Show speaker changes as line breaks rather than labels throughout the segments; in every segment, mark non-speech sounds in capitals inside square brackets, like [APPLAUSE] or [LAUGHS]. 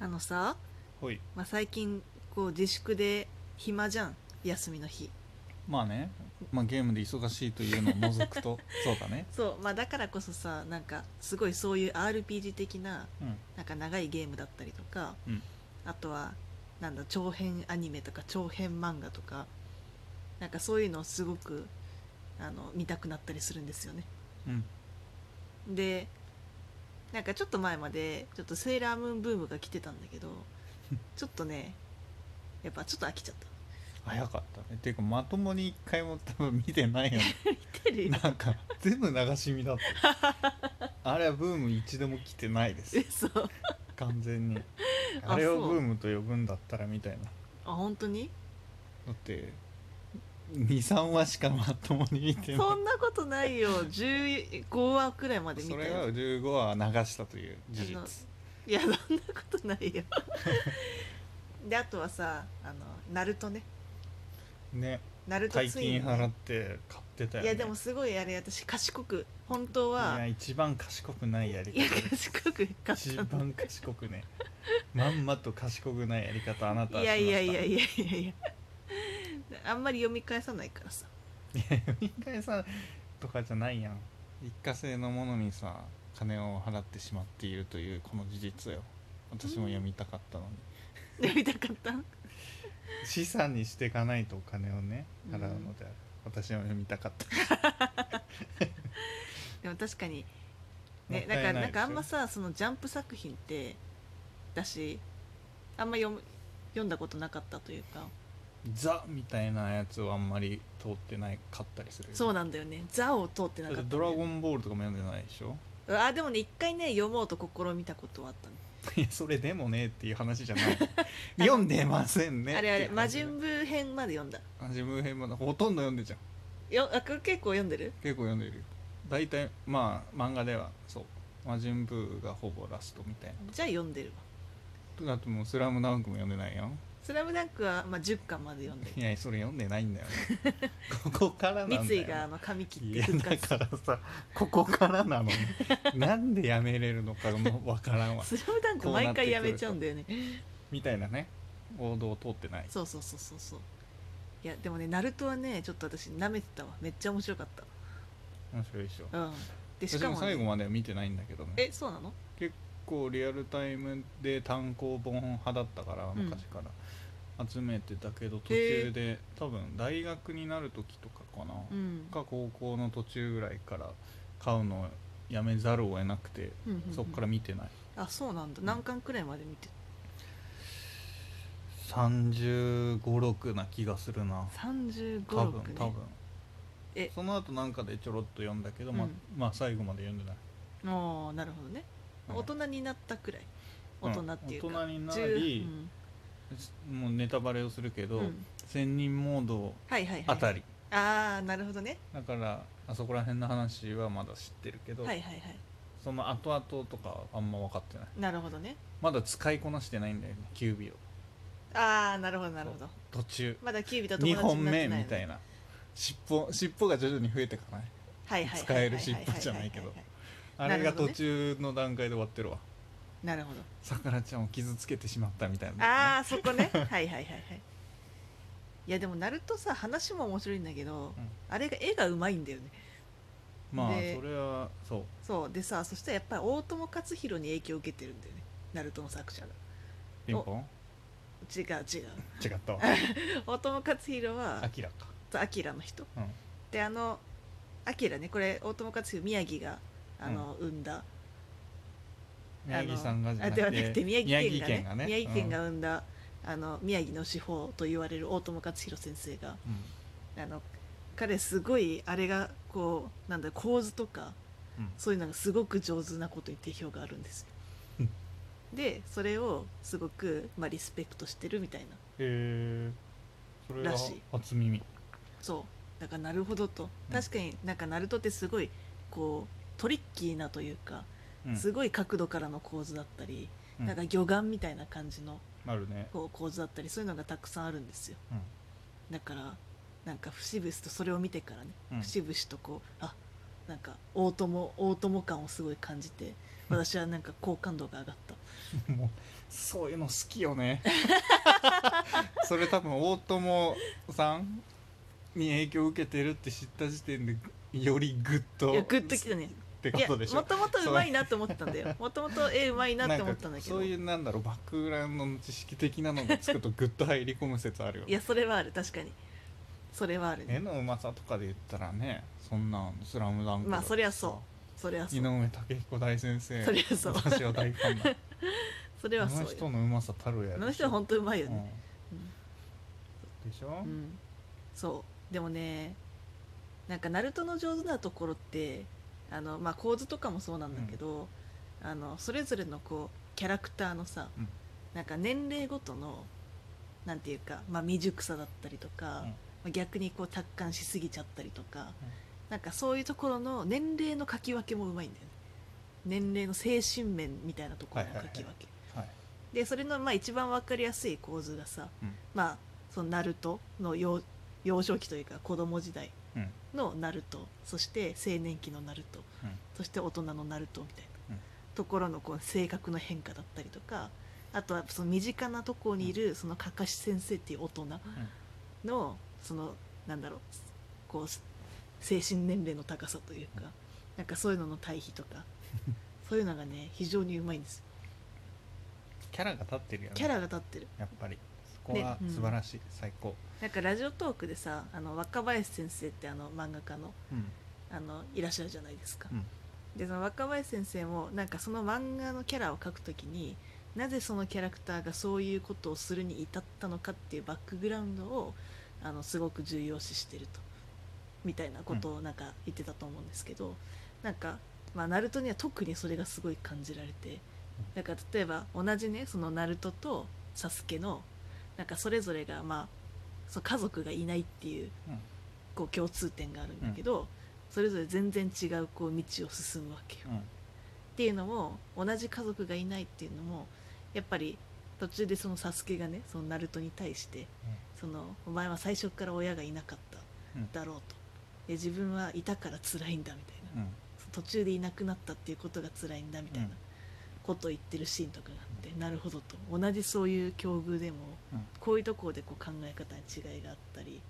あのさ、
はい
まあ、最近こう自粛で暇じゃん休みの日
まあね、まあ、ゲームで忙しいというのを除く
[LAUGHS]
とそうだね
そう、まあ、だからこそさなんかすごいそういう RPG 的な
うん
なんか長いゲームだったりとか、
うん
あとはなんだ長編アニメとか長編漫画とかなんかそういうのをすごくあの見たくなったりするんですよね
うん
でなんかちょっと前までちょっとセーラームーンブームが来てたんだ
[LAUGHS]
けどちょっとねやっぱちょっと飽きちゃった [LAUGHS]
早かったねていうかまともに一回も多分見てない
[LAUGHS]
よね
見てる
[LAUGHS]
よ
なんか全部流し見だった
[LAUGHS]
あれはブーム一度も来てないです
嘘
完全に
あ
あれを
そう
ブームと呼ぶんだったらみたいな
あ本当に
だって23話しかまともに見てない
そんなことないよ15話くらいまで見
そ
た
れは
よ
15話流したという事実
あのいやそんなことないよであとはさあのナルトね
ね
ナルト
大
ツイ
金
ン
払って買ってたよ、
い
ね、
やでもすごいあれ私賢く本当
いや
は
一番賢くないやり
いや
方
賢く買
一
ったの
番賢くねまんまと賢くないやり方あなたはいしま
や
した
いやいやいやいやいやあんまり読み返さないからさ [LAUGHS]
読み返さんとかじゃないやん一過性のものにさ金を払ってしまっているというこの事実よ私も読みたかったのに、
読みたかった
資産にしていかないとお金をね払うのである、私も読みたかった
でも確かに
もっ
ね
た
だ
い
から
いですよ
なんかあんまさそのジャンプ作品ってだしあんま読む読んだことなかったというか
ザみたいなやつをあんまり通ってないかったりするよね
そうなんだよね「ザ」を通ってな
だっ
か
て
った、
ドラゴンボールとかも読んでないでしょ
ンあでもね一回ね読もうと試みたことはあったの、
いやそれでもねっていう話じゃない
[LAUGHS]
読んでませんね
あれあ
ってい
れ
う
「魔
話
人ブー編」まで読んだ
あ自分編もほとんど読んでんじゃん
よあこれ結構読んでる
結構読んでるよ大体まあ漫画ではそう魔人ブーがほぼラストみたい
じゃあ読んでるわ
なだってもう「スラムダンクも読んでないよ
「スラムダンクは、まあ、10巻まで読んで
い
る
やそれ読んでないんだよね [LAUGHS] ここからなんだよ
三井があの髪切っ
い
て
や
復
だ
活
からさここからなの
[LAUGHS]
になんでやめれるのかもわからんわ
スラムダンク毎回やめちゃうんだよね
みたいなね王道を通ってない
そうそうそうそうそういやでもねナルトはねちょっと私舐めてたわめっちゃ面白かっ
面白いでしょ
たうんでし
私
か
も
も,、
最後までは見てないんだけどね
えそうなの
結構リアルタイムで単行本派だったから
うん
昔から、集めてたけど途
へ
中で多分大学になる時とかかな、
うん
か高校の途中ぐらいから買うのをやめざるを得なくて、
うんうんうん
そっから見てない
あそうなんだ何巻くらいまで見て
3 5 6な気がするな
3 5
多
6
分
ね
多分
え
その後なんかでちょろっと読んだけど、ま
うん
まあ最後まで読んでない
ああなるほどね、
うん
大人になったくらい大人っていうか、
うん大人にな
10
りもうネタバレをするけ
うん
ど、
うん
千人モード
はいはいはい
あたり、
ああなるほどね
だからあそこら辺の話はまだ知ってるけど、
はいはいはい
その後々とかはあんま分かってない
なるほどね
まだ使いこなしてないんだよねキュービを
ああなるほどなるほど
途中
まだキュービと友
2
達
本
になって
目
ない
みたいな尻尾尻尾が徐々に増えてかない
はいはい
使える尻尾じゃないけど
ははは
あ
な
れ
るほ
が
どね
途中の段階で終わってるわ
いなるほど
さくらちゃんを傷つけてしまったみたいな、
ああそこ
[LAUGHS]
ねはいはいはいはいいやでもナルトさ話も面白いんだけど、
うん
あれが絵がうまいんだよね
まあ
で
それはそう
そうでさそしたらやっぱり大友克洋に影響を受けてるんだよねナルトの作者が
ピンポン
違う違う
違ったわ
大友克洋は
あきらか
アキラの人
うん
であのアキラねこれ大友克洋宮城があの、生んだ
宮城さんがじゃ
あ
な
では
く
なくて
て
宮城県がね宮城県が
ね
生んだ、あの宮城の司法と言われる大友克洋先生が
うん
あの彼すごいあれがこうなんだろう構図とか
うんうん
そういうのがすごく上手なことに定評があるんですよ
うん
でそれをすごく、まあ、リスペクトしてるみたいな
へえそれは
らしい
初耳
そうだからなるほどと
うん
確かになんかナルトってすごいこうトリッキーなというか、
うん
すごい角度からの構図だったり、
うん
なんか魚眼みたいな感じの
あるね
こう構図だったりそういうのがたくさんあるんですよ
うん
だからなんか節々とそれを見てからね
うん
節々とこうあなんか大友大友感をすごい感じて私はなんか好感度が上がった
もうそういうの好き
[LAUGHS]
よねそれ多分大友さんに影響を受けてるって知った時点でよりグッと
いやグッときたね
ってこ
いや
と
も
でしょ
ともとうまいなと思ったんだよもともと絵うまいなって思ったんだけ
なか
ど
そうい
いう
なんだろうバックグラウンドの知識的なのがつくとグッと入り込む説あるよね
やそれはある確かにそれはあるね
絵のうまさとかで言ったらねそんなん「スラムダンク
まあそりゃそそれは
井
そう
上武彦大先生
そりゃそう
私は大ファンだ
それ
あ
は
の
そう
人
よ
のうまさたるや
あの人は
ほん
本当うまいよ
と
ね、
でしょ、
うん、そうでもねなんかナルトの上手なところってあの、まあ、構図とかもそうなんだけど、あのそれぞれのこうキャラクターのさ、
うん
なんか年齢ごとのなんていうか、まあ、未熟さだったりとか、
うん
まあ逆にこう達観しすぎちゃったりとか、なんかそういうところの年齢の書き分けもうまいんだよね年齢の精神面みたいなところの書き分け。
はいはいはい
でそれのまあ一番わかりやすい構図がさ、
うん
まあそのナルトの幼幼少期というか子供時代
うん
のナルトそして青年期のナルト、
うん
そして大人のナルトみたいな、
うん
ところのこう性格の変化だったりとかあとはその身近なところにいるそのかかし先生っていう大人の、そのなんだろうこう精神年齢の高さというか、なんかそういうのの対比と
[LAUGHS]
かそういうのがね非常にうまいんですよ
キャラが立ってるよね
キャラが立ってる
やっぱりそこは
ねうん
素晴らしい、最高、
なんかラジオトークでさあの若林先生ってあの漫画家の
うん
あのいらっしゃるじゃないですか、
うん
でその若林先生もなんかその漫画のキャラを描くときになぜそのキャラクターがそういうことをするに至ったのかっていうバックグラウンドをあのすごく重要視してるとみたいなことをなんか言ってたと思うんですけど、なんか、まあ、ナルトには特にそれがすごい感じられてだから例えば同じねそのナルトとサスケのなんかそれぞれがまあその家族がいないっていう
うん
こう共通点があるんだけど、それぞれ全然違うこう道を進むわけよ。
うん
っていうのも同じ家族がいないっていうのもやっぱり途中でそのサスケがねそのナルトに対して、そのお前は最初から親がいなかった
うん
だろうと、で自分はいたから辛いんだみたいな、
うん
途中でいなくなったっていうことが辛いんだみたいな
うん
ことを言ってるシーンとかがあって、なるほどと同じそういう境遇でも、
うん
こういうところでこう考え方に違いがあったり、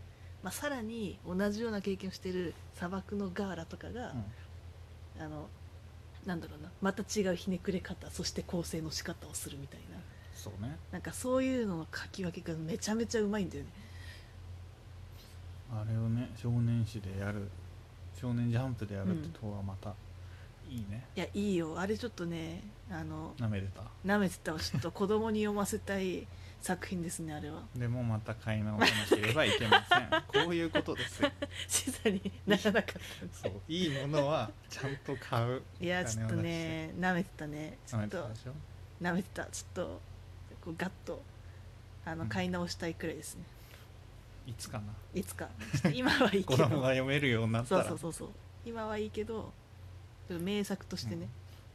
まあ、さらに同じような経験をしてる砂漠のガーラとかが、
うん
あのなんだろうなまた違うひねくれ方そして構成の仕方をするみたいな
そうね
なんかそういうのの書き分けがめちゃめちゃうまいんだよね
あれをね少年誌でやる少年ジャンプでやるって
うん
とこはまた、いいね
いやいいよあれちょっとねあの
なめでた
舐めてたわちょっと子供に読ませたい作品ですねあれは
でもまた買い直さなければいけま
[LAUGHS]
せんこういうことですよ
資産にならなかったんで
そういいものはちゃんと買う
いやちょっとね舐めてたねちょ
な
っ
めで
と
たでしょ
舐めてたちょっとこうガッとあの
うん
買い直したいくらいですね、
いつかない
つかちょっと今はいいけ
子 [LAUGHS]
ど
供が読めるようになった
そう
ら
そうそうそう今はいいけどちょっと名作としてね、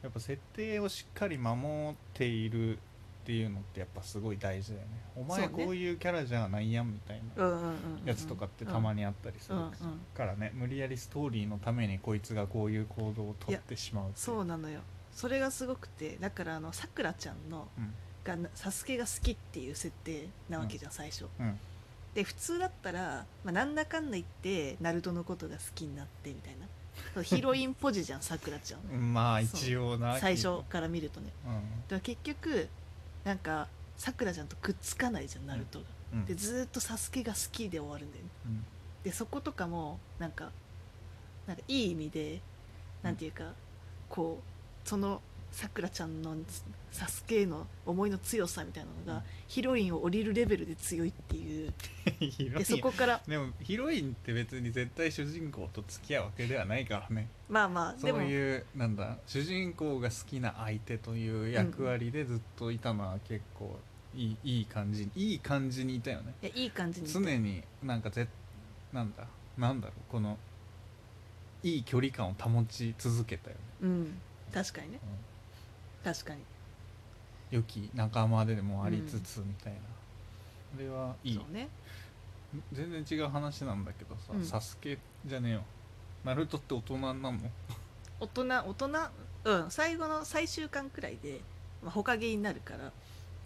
やっぱ設定をしっかり守っているっていうのってやっぱすごい大事だよねお前
そうね
こういうキャラじゃないやんみたい
うん
な
うんうんうん、
やつとかってたま
に
にあったりす
う
る
んうん
からね無理やりストーリーのためにこいつがこういう行動をとってしまうってい
そうなのよそれがすごくてだからあのさくらちゃんの
うん
がサスケが好きっていう設定なわけじゃん、最初
うん
で普通だったら、まあ、なんだかんだ言ってナルトのことが好きになってみた
[LAUGHS]
いなそうヒロインポジじゃんさくらちゃん
うんまあ一応な
最初から見るとね
う
だから結局なんかさくらちゃんとくっつかないじゃんナルトが、
ん [LAUGHS] うん
でずーっとサスケが好きで終わるんだよね
うん
でそことかもなんかなんかいい意味でなんていうか、こうそのさくらちゃんのサスケへの思いの強さみたいなのが、
うん
ヒロインを降りるレベルで強いっていう
ヒロイ
で
ン
そこから
でもヒロインって別に絶対主人公と付き合うわけではないからね
まあまあ
そ
で
う
も
いうなんだ主人公が好きな相手という役割でずっといたのは結構いいいい感じいい感じにいたよね
いやいい感じに
常になんかぜなんだなんだろうこのいい距離感を保ち続けたよね、
うん確かにね
うん
確かに
良き仲間でもありつつみたいな、あれはいい
そうね
全然違う話なんだけどさ、
うん
サスケじゃねえよナルトって大人になるの
大人大人うん最後の最終巻くらいで、まあ、ほかげになるから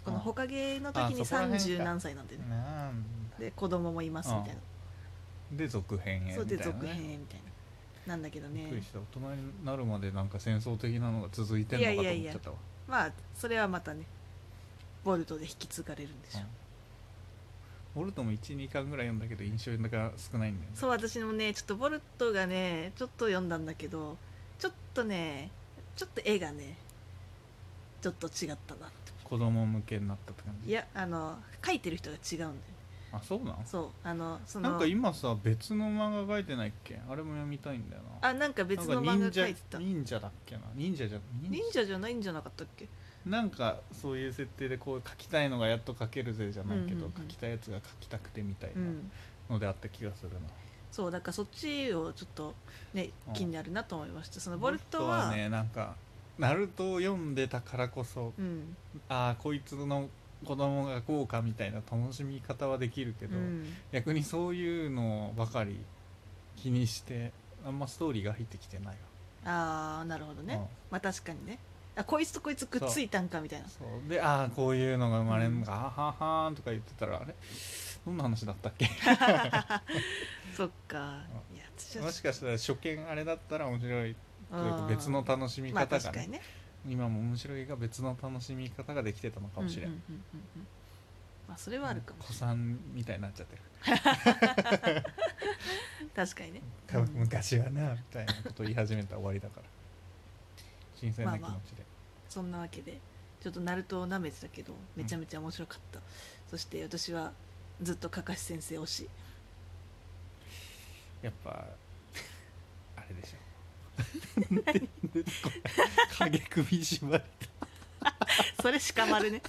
この
うん
ほかげの
あ
時に
そこら辺か
30何歳なんでね
なんだ
で子供もいますみたいな、
で続編へみたいな、ね、
そうで続編へみたいななんだけど
びっく
ね
りした大人になるまでなんか戦争的なのが続いてんのかと思っちゃったわ
まあそれはまたねボルトで引き継がれるんでしょう、
うんボルトも12巻ぐらい読んだけど印象が少ないんだよね
そう私もねちょっとボルトがねちょっと読んだんだけどちょっとねちょっと絵がねちょっと違ったなって
子供向けになったって感じ
いやあの描いてる人が違うんだよね
あそうなん
そうあのその
なんか今さ別の漫画描いてないっけあれも読みたいんだよな
あなんか別の
なん
漫画
か忍者
描いてた
忍者だっけな忍者じゃ忍
忍者じゃないんじゃなかったっけ
なんかそういう設定でこう描きたいのがやっと描けるぜじゃないけど、
うんうんうん
描きたいやつが描きたくてみたいうなんのであった気がするな、
そうだからそっちをちょっとね
うん
気になるなと思いましたそのボルトは
ボルねなんかナルトを読んでたからこそ
うん
ああこいつの子供がこうかみたいな楽しみ方はできるけ
う
ど、
ん
逆にそういうのばかり気にしてあんまストーリーが入ってきてないわ
ああなるほどね、
うん
まあ確かにねあこいつとこいつくっついたんかみたいな
そうでああこういうのが生まれるのか、あははーんとか言ってたらあれどんな話だったっ
[LAUGHS]
け
そっかいや私は
もしかしたら初見あれだったら面白いという
う
か
ん
別の楽しみ
まあ
方
確
が
か
ね
にね
今も面白いが別の楽しみ方ができてたのかもしれ
うん
ん
うんうんうんうんまあそれはあるかも
子さんみたいになっちゃってる
[LAUGHS] 確かにね
多分
うん
昔はなみたいなこと言い始めたら終わりだから新鮮な気持ちで、
まあまそんなわけでちょっとナルトを舐めてたけどめちゃめちゃ面白かった、そして私はずっとかかし先生推し
やっぱあれでしょ [LAUGHS] 影首縛り
それしかまるね